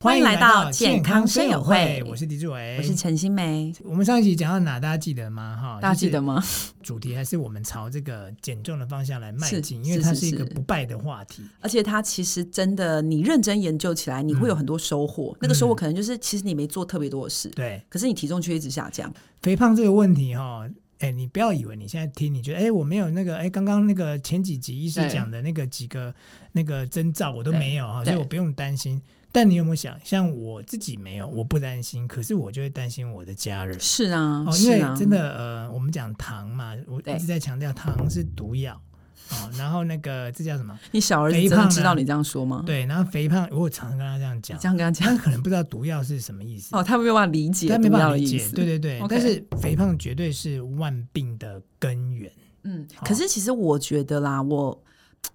欢迎来到健康生友会我是狄志伟，我是陈心梅，我们上一集讲到哪，大家记得吗？哈，大家记得？吗？主题还是我们朝这个减重的方向来迈是进，因是为它是是一个是不败的话题。而且它其实真的，你认真研究起来，嗯你会有很多收获。那个收获可能就是，其实你没做特别多的事，对，可是你体重却一直下降。肥胖这个问题哈。哎，你不要以为你现在听，你觉得哎，我没有那个哎，刚刚那个前几集医师对讲的那个几个那个征兆我都对没有哈，所对以我不用担心。但你有没有想，像我自己没有，我不担心，可是我就会担心我的家人。是啊，哦，因是为啊，真的呃，我们讲糖嘛，我对一直在强调糖是毒药哦，然后那个这叫什么？你小儿子肥真胖的啊知道你这样说吗？对，啊然后肥胖，我常常跟他这样讲你这，样跟他他嗯讲，可能不知道毒药是什么意思，哦，他没有办法理解他毒没办药法的理意解，思。对对对。 OK 但是肥胖绝对是万病的根源，嗯，好可是其实我觉得啦，我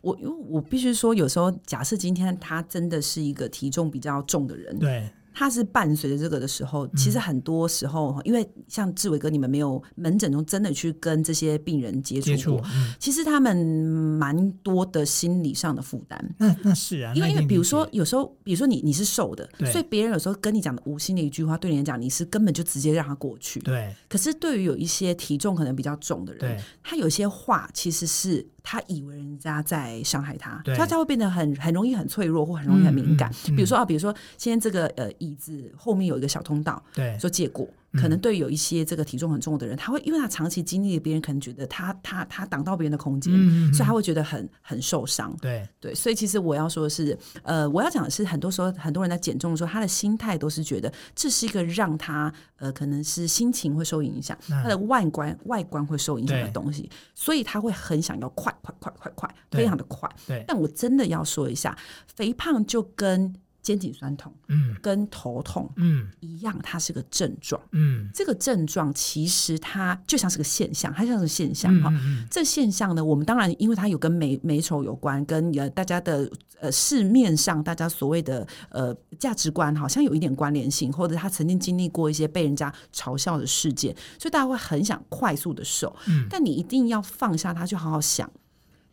我因为我必须说，有时候假设今天他真的是一个体重比较重的人，对他是伴随着这个的时嗯候，其实很多时候，因为像志伟哥，你们没有门诊中真的去跟这些病人接触接触过，，嗯，其实他们蛮多的心理上的负担。那那是啊，因那为一因为定比如理解说，有时候比如说你你是瘦的，对所以别人有时候跟你讲的无心的一句话，对你来讲你是根本就直接让他过去。对可是对于有一些体重可能比较重的人对，他有些话其实是他以为人家在伤害他，所对以他才会变得很很容易很脆弱或很容易很敏感。嗯嗯嗯比如说啊，比如说今天这个呃椅子后面有一个小通道，对嗯说借过，可能对于有一些这个体重很重的人，他会因为他长期经历，别人可能觉得他他他挡到别人的空间，嗯嗯嗯所以他会觉得很很受伤。对对，所以其实我要说的是，呃，我要讲的是，很多时候很多人在减重的时候，他的心态都是觉得这是一个让他呃，可能是心情会受影响，他的外观外观会受影响的对东西，所以他会很想要快快快快快，对非常的快。对，但我真的要说一下，肥胖就跟肩颈酸痛、嗯跟头痛嗯一样，它是个症状。嗯这个症状其实它就像是个现象，它像是个现象嗯哈。嗯这现象呢，我们当然因为它有跟美美丑有关，跟呃大家的呃市面上大家所谓的呃价值观好像有一点关联性，或者他曾经经历过一些被人家嘲笑的事件，所以大家会很想快速的瘦。嗯但你一定要放下它，去好好想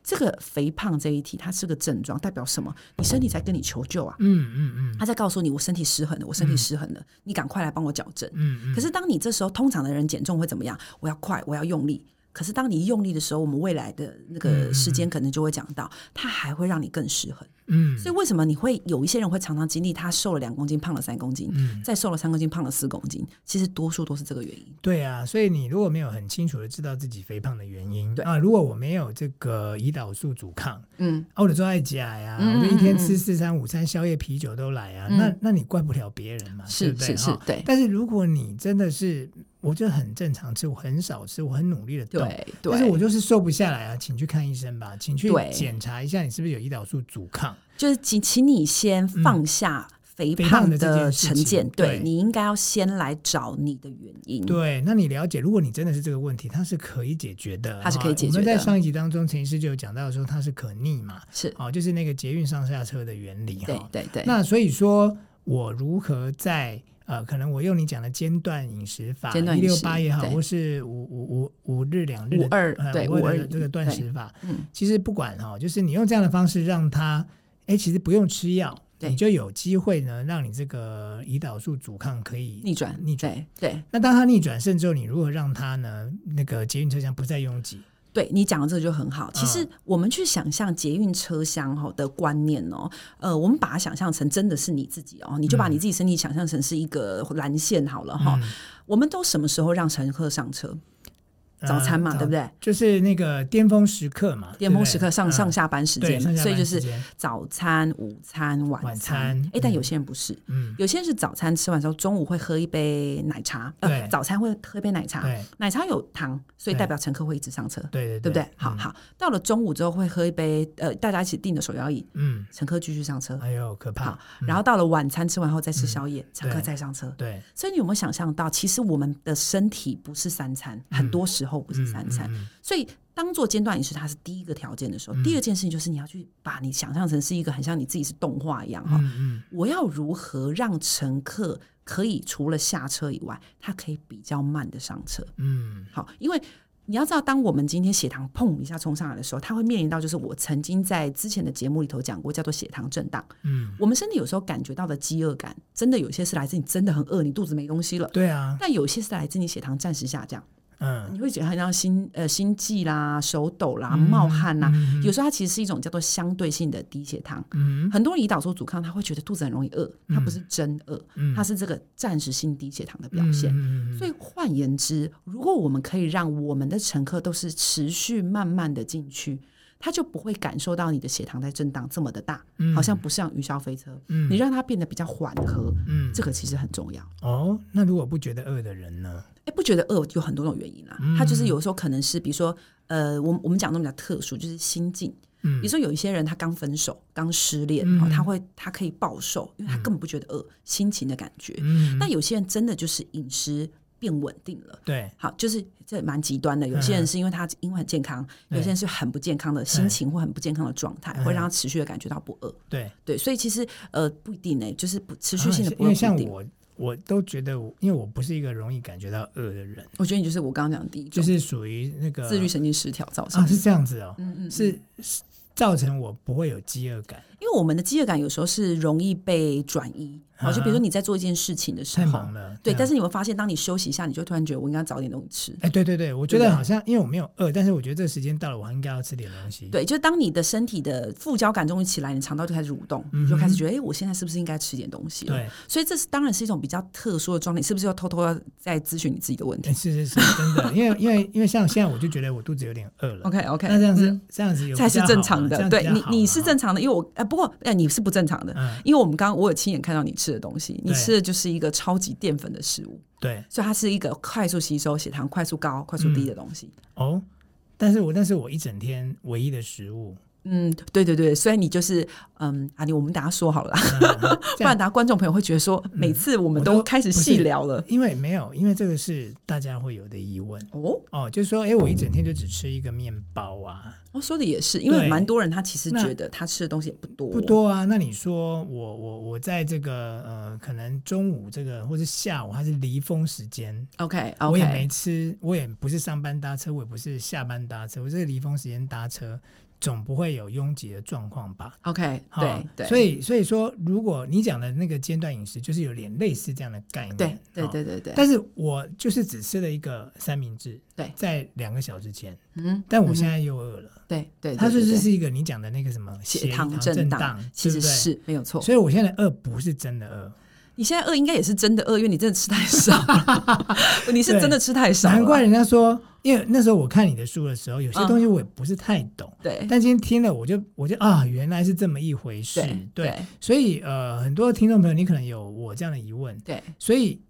这个肥胖这一题，它是个症状，代表什么？你身体在跟你求救啊，嗯嗯嗯他在告诉你我身体失衡了，我身体失衡了，你赶快来帮我矫正。嗯，可是当你这时候，通常的人减重会怎么样？我要快，我要用力。可是当你用力的时候，我们未来的那个时间可能就会讲到，它还会让你更失衡。嗯所以为什么你会有一些人会常常经历他瘦了两公斤，胖了三公斤，嗯再瘦了三公斤，胖了四公斤？其实多数都是这个原因。对啊，所以你如果没有很清楚的知道自己肥胖的原因，对啊，如果我没有这个胰岛素阻抗，嗯，啊，我的做爱假呀，嗯我就一天嗯嗯吃四餐、午餐、宵夜、啤酒都来啊，嗯那那你怪不了别人嘛，对是不对是是哈，对但是如果你真的是，我就很正常吃，我很少吃，我很努力的动，对但是我对，就是瘦不下来啊，请去看医生吧，请去对检查一下你是不是有胰岛素阻抗。就是请请你先放下。肥嗯肥胖胖的这件的事成情见，对对你应该要先来找你的原因。对，那你了解，如果你真的是这个问题，它是可以解决的，它是哈可以解我们决的在上一集当中，陈医师就有讲到说它是可逆嘛，是，哦，就是那个捷运上下车的原理对哈。对对。那所以说我如何在呃，可能我用你讲的间断饮食法，间断一饮六食八也好，对或是五五五五日两日的五二呃对五五二二的这个断对食法，嗯，其实不管哈、就是你用这样的方式让它，哎，其实不用吃药，对你就有机会呢，让你这个胰岛素阻抗可以逆转，逆转。对对那当它逆转胜之后，你如何让它呢？那个捷运车厢不再拥挤？对你讲的这个就很好。其实嗯我们去想象捷运车厢哈的观念哦，呃，我们把它想象成真的是你自己哦，你就把你自己身体想象成是一个蓝线好了哈。嗯我们都什么时候让乘客上车？早餐嘛，呃对不早对？就是那个巅峰时刻嘛，巅峰对不对时刻上、嗯上下班时对间上嘛，下所以班就时是间早餐、午餐、晚晚餐。餐哎、但嗯有些人不是，嗯，有些人是早餐吃完之后，中午会喝一杯奶茶，对呃，早餐会喝一杯奶茶，对奶茶有糖，所以对代表乘客会一直上车。对对对不对？好嗯好，到了中午之后会喝一杯，呃，大家一起订的手摇饮，嗯，乘客继续上车。哎呦，可怕好，，然后到了晚餐吃完后再吃宵夜，乘客对再上车。对，所以你有没有想象到，其实我们的身体不是三餐，很多时候不是三餐。嗯嗯所以当做间断饮食，它是第一个条件的时候，第二件事情就是你要去把你想象成是一个很像你自己是动画一样哈。嗯嗯，我要如何让乘客可以除了下车以外，他可以比较慢的上车？嗯好，因为你要知道，当我们今天血糖砰一下冲上来的时候，它会面临到就是我曾经在之前的节目里头讲过，叫做血糖震荡。嗯，我们身体有时候感觉到的饥饿感，真的有些是来自你真的很饿，你肚子没东西了；对啊，但有些是来自你血糖暂时下降，嗯，你会觉得好像心呃心悸啦、手抖啦、冒汗啦。嗯有时候它其实是一种叫做相对性的低血糖。嗯很多人胰岛素阻抗，他会觉得肚子很容易饿，它不是真饿，嗯它是这个暂时性低血糖的表现。嗯嗯所以换言之，如果我们可以让我们的乘客都是持续慢慢的进去，他就不会感受到你的血糖在震荡这么的大，嗯好像不像云霄飞车。嗯你让它变得比较缓和，嗯这个其实很重要。哦，那如果不觉得饿的人呢？哎，不觉得饿有很多种原因啦、嗯他就是有的时候可能是，比如说，呃，我们我们讲那种比较特殊，就是心境。嗯比如说有一些人他刚分手、刚失恋，嗯然后他会他可以暴瘦，因为他根本不觉得饿，心情的感觉。嗯，那有些人真的就是饮食变稳定了。对，好，就是这蛮极端的。有些人是因为他因为很健康，嗯对有些人是很不健康的心情或很不健康的状态，嗯会让他持续的感觉到不饿。对，对，所以其实呃不一定呢、就是不持续性的啊不因饿为不一像定。我，我都觉得我，因为我不是一个容易感觉到饿的人，我觉得你就是我刚刚讲的第一就种，是属于那个自律神经失调造成啊，的。是这样子哦，嗯嗯，是是造成我不会有饥饿感，因为我们的饥饿感有时候是容易被转移，好，就比如说你在做一件事情的时啊太候忙，嗯了，对，但是。是你会发现，当你休息一下，你就突然觉得我应该找点东西吃。哎，对对对，我觉对不得对好像因为我没有饿，但是我觉得这个时间到了，我应该要吃点东西。对，就是当你的身体的副交感终于起来，你肠道就开始蠕动，嗯哼你就开始觉得，哎，我现在是不是应该吃点东西了？对，所以这是当然是一种比较特殊的状态，你是不是要偷偷要再咨询你自己的问题哎是是是，真的，因为因为因为像现在我就觉得我肚子有点饿了。 ？OK OK，那这样子、这样子有才比嗯是较正好常嘛这的，样对比较你好你嘛是哈正常的，因为我呃不过呃你是不正常的，嗯因为我们刚刚我有亲眼看到你吃的东西，你对吃的就是一个超级淀粉的食物，对所以它是一个快速吸收、血糖快速高、快速低的东西。哦，但是我那是我一整天唯一的食物，嗯，对对对，虽然你就是嗯啊，你我们等一下说好了啦，嗯 不然等下观众朋友会觉得说每次我们我都都开始不是细聊了因为没有，因为这个是大家会有的疑问哦。哦，就是说，哎，我一整天就只吃一个面包啊，我哦说的也是，因为对蛮多人他其实那觉得他吃的东西也不多，不多啊。那你说我我我在这个呃，可能中午这个或是下午，它是离峰时间， OK，OK。我也没吃，我也不是上班搭车，我也不是下班搭车，我这个离峰时间搭车，总不会有拥挤的状况吧？ OK，哈对对，所以以所以说，如果你讲的那个间断饮食，就是有点类似这样的概念。对对哈。对对对，嗯但是我就是只吃了一个三明治，对在两个小时前，嗯，但我现在又饿了。对对，它对就对是对是一个你讲的那个什么血糖糖震荡荡，，其实对不对。是没有错。所以我现在饿不是真的饿，你现在饿应该也是真的饿，因为你真的吃太少了， 你是真的吃太少了，难怪人家说，因为那时候我看你的书的时候，有些嗯东西我也不是太懂。对但今天听了，我就我就啊，原来是这么一回事。对对所以呃，很多听众朋友，你可能有我这样的疑问，对所以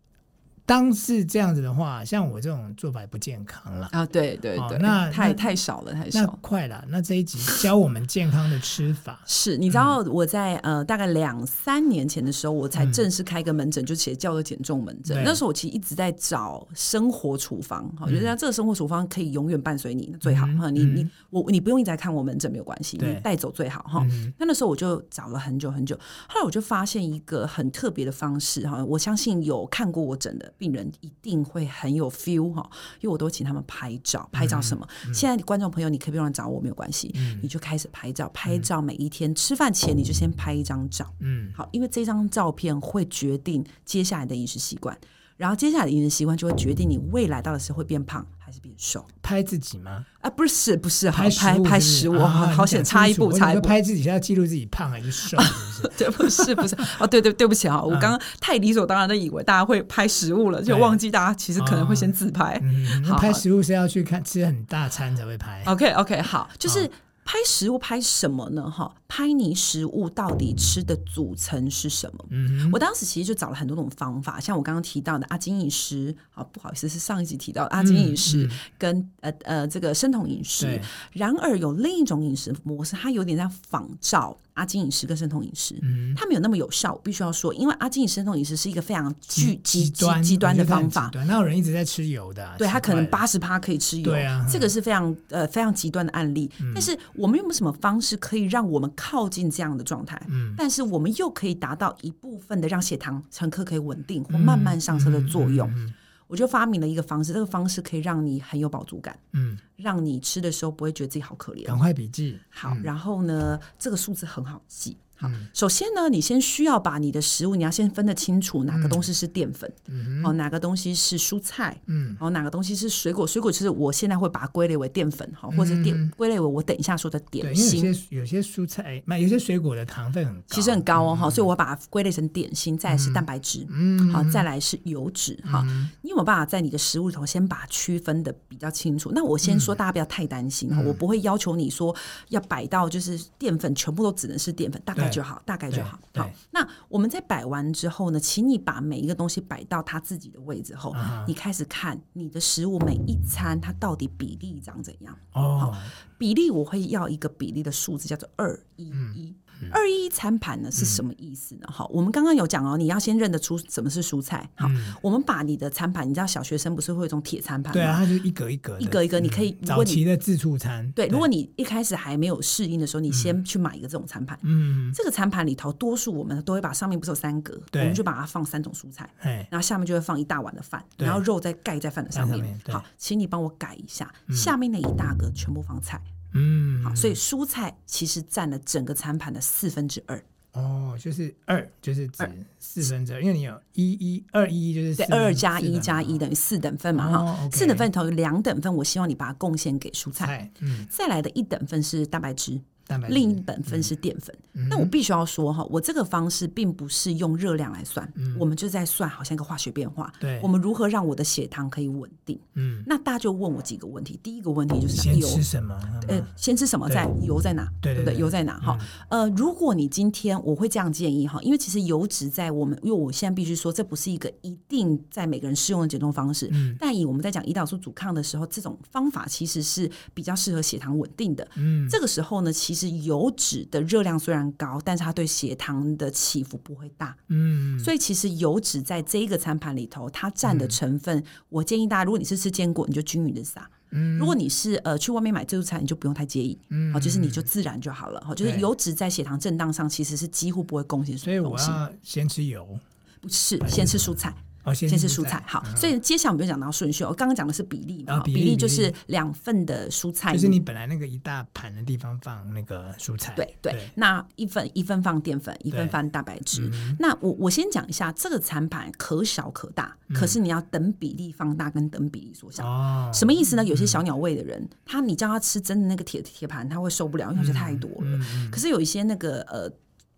当是这样子的话，像我这种做法也不健康了。啊，对对哦对，那那太太少了，太那少。。快了，那这一集教我们健康的吃法 是，你知道我在、呃大概两三年前的时候，我才正式开一个门诊，就写叫做减重门嗯诊对。那时候我其实一直在找生活处方，哈、觉得这个生活处方可以永远伴随你，那最好嗯哈、你你我你不用一直来看我门诊没有关系，对你带走最好哈。嗯那那时候我就找了很久很久，后来我就发现一个很特别的方式哈，我相信有看过我诊的病人一定会很有 feel 哈，因为我都会请他们拍照，拍照什么？嗯现在观众朋友，你可以不用来找我没有关系，你就开始拍照，拍照每一天吃饭前你就先拍一张照，嗯，好，因为这张照片会决定接下来的饮食习惯，然后接下来的饮食习惯就会决定你未来到的时候会变胖还是变瘦。拍自己吗？啊，不是不是，好拍食拍物拍是不是食物，啊好你好讲险，清差一楚步我以差一为步。拍自己是要记录自己胖还是瘦，是不是？对，不是不是哦，对对对不起啊，我刚刚太理所当然的以为大家会拍食物了，就嗯对忘记大家其实可能会先自拍。嗯，那好拍食物是要去看吃很大餐才会拍。 OK OK，好，嗯就是拍食物拍什么呢？哈，拍你食物到底吃的组成是什么？嗯哼，我当时其实就找了很多种方法，像我刚刚提到的阿金饮食，好不好意思，是上一集提到的阿金饮食跟、呃呃这个生酮饮食嗯对。然而有另一种饮食模式，它有点在仿照阿金饮食跟生酮饮食，嗯它没有那么有效。我必须要说，因为阿金饮食、生酮饮食是一个非常极具极极端极端的我觉得它方很法极，端那有人一直在吃油的啊，对他奇可能怪了八十趴可以吃油，对啊嗯这个是非常呃非常极端的案例。但是我们有没有什么方式可以让我们靠近这样的状态？嗯但是我们又可以达到一部分的让血糖乘客可以稳定或慢慢上升的作用。嗯嗯嗯嗯嗯我就发明了一个方式，这个方式可以让你很有饱足感，嗯，让你吃的时候不会觉得自己好可怜赶。快笔记。好，然后呢，这个数字很好记。好，嗯首先呢，你先需要把你的食物，你要先分得清楚哪个东西是淀粉，嗯哦，哪个东西是蔬菜，嗯然后哪个东西是水果。水果就是我现在会把它归类为淀粉，好，或者是嗯淀归类为我等一下说的对，点因为心。有些有些蔬菜，哎那有些水果的糖分很高，其实很高哦，哈、所以我把它归类成点心，再来是蛋白质，嗯，好，再来是油脂，哈、你有没有办法在你的食物里头先把它区分的比较清楚？那我嗯先说，大家不要太担心哈、我不会要求你说要摆到就是淀粉全部都只能是淀粉，大概对就好，大概就好。对对好，那我们在摆完之后呢，请你把每一个东西摆到它自己的位置后，啊哈你开始看你的食物每一餐它到底比例长怎样。哦，比例我会要一个比例的数字，叫做二一嗯一。二一一餐盘呢是什么意思呢？哈、我们刚刚有讲哦，你要先认得出什么是蔬菜。好，我们把你的餐盘，你知道小学生不是会有一种铁餐盘吗？嗯对啊，它就是一格一格的，一格一格你可以嗯如早果你期的自助餐，对，如果你一开始还没有适应的时候，你先去买一个这种餐盘。嗯，这个餐盘里头，多数我们都会把上面不是有三格，我对们就把它放三种蔬菜，哎，然后下面就会放一大碗的饭，对然后肉再盖在饭的上盖面。上面对好，请你帮我改一下，下面那一大格全部放菜。嗯，好，所以蔬菜其实占了整个餐盘的四分之二，哦，就是二，就是指四分之二，因为你有一一二一一就是对，四分二加一四分加一嘛等于四等份嘛，哦哈、 ，OK 四等份里头有两等份，我希望你把它贡献给蔬菜，菜，嗯，再来的一等份是蛋白质。蛋白质嗯另一等份是淀粉，那我必须要说哈，我这个方式并不是用热量来算，我们就在算好像一个化学变化，嗯对我们如何让我的血糖可以稳定？嗯，那大家就问我几个问题，第一个问题就是哎先油吃什么？呃，先吃什么，对在油在哪，对对不对？对嗯油在哪？哈、呃，如果你今天我会这样建议哈，因为其实油脂在我们，因为我现在必须说，这不是一个一定在每个人适用的减重方式。嗯但以我们在讲胰岛素阻抗的时候，这种方法其实是比较适合血糖稳定的。嗯，这个时候呢，其实油脂的热量虽然高，但是它对血糖的起伏不会大，嗯，所以其实油脂在这一个餐盘里头，它占的成分，我建议大家，如果你是吃坚果，你就均匀的撒。嗯如果你是呃去外面买自助餐，你就不用太介意，嗯好，就是你就自然就好了，好，就是对油脂在血糖震荡上其实是几乎不会贡献什所以么我东西，要先吃油，不是先吃蔬菜，哦，先先吃吃蔬菜，好，所以接下来我们就讲到顺序，我刚刚讲的是比例啊嘛，比例例就比是例两份的蔬菜，就是你本来那个一大盘的地方放那个蔬菜，对对，那一份一份放淀粉，一份放蛋白质。那我我先讲一下这个餐盘可小可大，可是你要等比例放大跟等比例缩小。哦，什么意思呢？有些小鸟胃的人，他你叫他吃真的那个铁铁盘，他会受不了，因为觉得太多嗯了。可是有一些那个呃。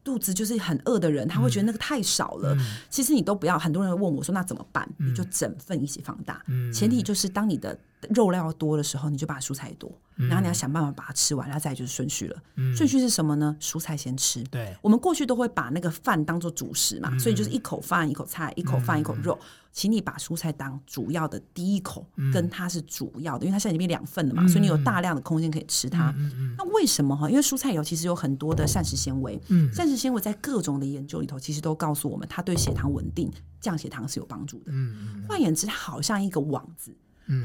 肚子就是很饿的人，他会觉得那个太少了。其实你都不要，很多人问我说那怎么办？你就整份一起放大，嗯前提就是当你的肉料多的时候，你就把蔬菜多，然后你要想办法把它吃完，然后再来就是顺序了。顺序是什么呢？蔬菜先吃，对，我们过去都会把那个饭当做主食嘛，所以就是一口饭一口菜，一口饭一口肉。请你把蔬菜当主要的第一口，跟它是主要的，因为它现在已经变两份了嘛，所以你有大量的空间可以吃它。那为什么哈？因为蔬菜油其实有很多的膳食纤维，膳食纤维在各种的研究里头，其实都告诉我们，它对血糖稳定、降血糖是有帮助的。嗯换言之，它好像一个网子，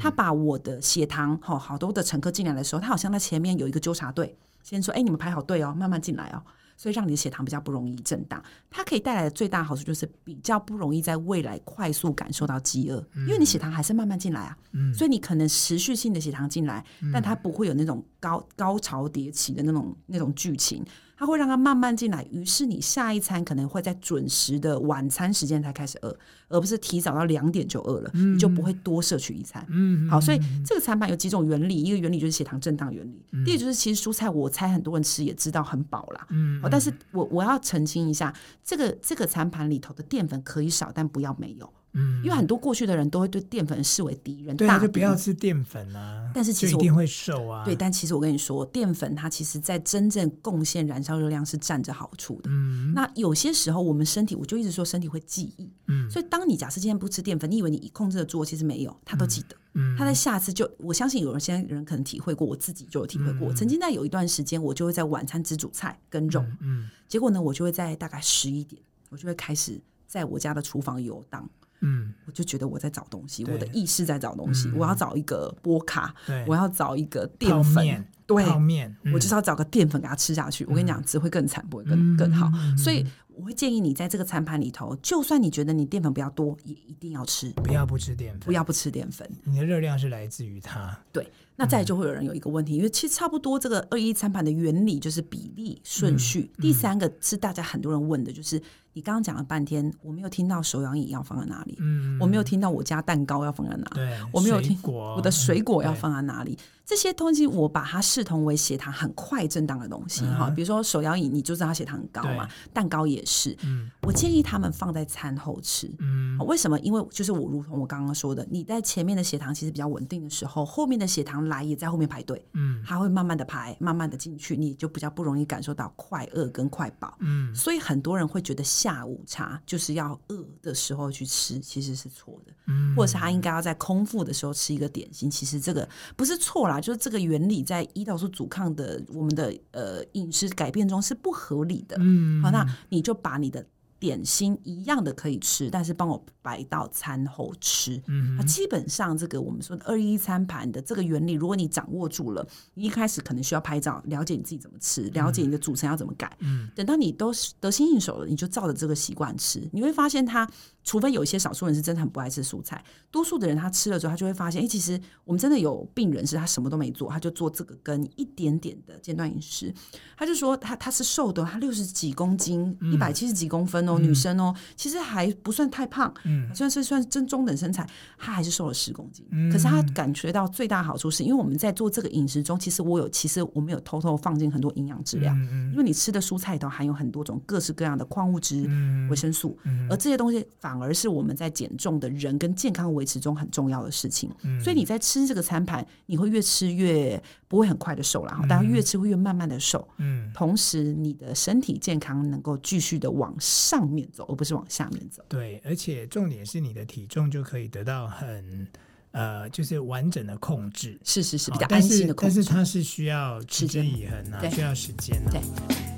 它把我的血糖哈、好多的乘客进来的时候，它好像在前面有一个纠察队，先说哎、你们排好队哦，慢慢进来哦。所以让你的血糖比较不容易震荡，它可以带来的最大好处就是比较不容易在未来快速感受到饥饿，因为你血糖还是慢慢进来啊，嗯所以你可能持续性的血糖进来，但它不会有那种高高潮迭起的那种那种剧情，它会让它慢慢进来，于是你下一餐可能会在准时的晚餐时间才开始饿，而不是提早到两点就饿了，你就不会多摄取一餐。嗯，好，所以这个餐盘有几种原理，一个原理就是血糖震荡原理，第二就是其实蔬菜，我猜很多人吃也知道很饱啦。哦嗯好，但是我我要澄清一下，这个这个餐盘里头的淀粉可以少，但不要没有，嗯，因为很多过去的人都会对淀粉视为敌人，对大啊，就敌不要吃淀粉啊，但是其实就我一定会瘦啊，对，但其实我跟你说，淀粉它其实在真正贡献燃烧热量是占着好处的。嗯那有些时候我们身体，我就一直说身体会记忆，嗯所以当你假设今天不吃淀粉，你以为你控制得住，其实没有，它都记得。嗯他在下次就，我相信有些人可能体会过，我自己就有体会过。我曾经在有一段时间，我就会在晚餐只煮菜跟肉，嗯结果呢，我就会在大概十一点，我就会开始在我家的厨房游荡，嗯，我就觉得我在找东西，对嗯我的意识在找东西，我要找一个波卡，对，我要找一个淀泡粉面，，对，泡面，嗯我就是是要找个淀粉给它吃下去。我跟你讲，只会更惨，不会更更好。所以我会建议你在这个餐盘里头，就算你觉得你淀粉不要多，也一定要吃，不要不吃淀不粉，要不吃淀粉。你的热量是来自于它。对，那再来就会有人有一个问题，因为其实差不多这个二一餐盘的原理就是比例顺序。第三个是大家很多人问的，就是你刚刚讲了半天，我没有听到手摇饮要放在哪里，嗯，我没有听到我家蛋糕要放在哪，对，我没有水听果，我的水果要对放在哪里？这些东西我把它视同为血糖很快震荡的东西哈，嗯比如说手摇饮，你就知道它血糖很高嘛，蛋糕也是。嗯我建议他们放在餐后吃。嗯好为什么？因为就是我如同我刚刚说的，你在前面的血糖其实比较稳定的时候，后面的血糖来也在后面排队，嗯它会慢慢的排，慢慢的进去，你就比较不容易感受到快饿跟快饱。嗯，所以很多人会觉得下午茶就是要饿的时候去吃，其实是错的。嗯或者是他应该要在空腹的时候吃一个点心。其实这个不是错啦，就是这个原理在胰岛素阻抗的我们的呃饮食改变中是不合理的。嗯，好，那你就把你的点心一样的可以吃，但是帮我摆到餐后吃。嗯啊，基本上这个我们说的二一餐盘的这个原理，如果你掌握住了，你一开始可能需要拍照，了解你自己怎么吃，了解你的组成要怎么改。嗯等到你都是得心应手了，你就照着这个习惯吃，你会发现它，除非有一些少数人是真的很不爱吃蔬菜，多数的人他吃了之后，他就会发现，哎、其实我们真的有病人是他什么都没做，他就做这个跟一点点的间断饮食，他就说他他是瘦的哦，他六十几公斤，一百七十几公分哦，女生哦，其实还不算太胖，嗯虽然是算真中等身材，他还是瘦了十公斤。嗯可是他感觉到最大好处是因为我们在做这个饮食中，其实我有其实我们有偷偷放进很多营养质量，嗯因为你吃的蔬菜里头含有很多种各式各样的矿物质、嗯维生素，嗯而这些东西反而是我们在减重的人跟健康维持中很重要的事情。嗯所以你在吃这个餐盘，你会越吃越不会很快的瘦啦，但越吃会越慢慢的瘦，嗯，同时你的身体健康能够继续的往上面走，而不是往下面走。对，而且重点是你的体重就可以得到很呃，就是完整的控制，是是是，好比较但安是心的控但制是。它是需要持之时间以恒啊，对需要时间啊。对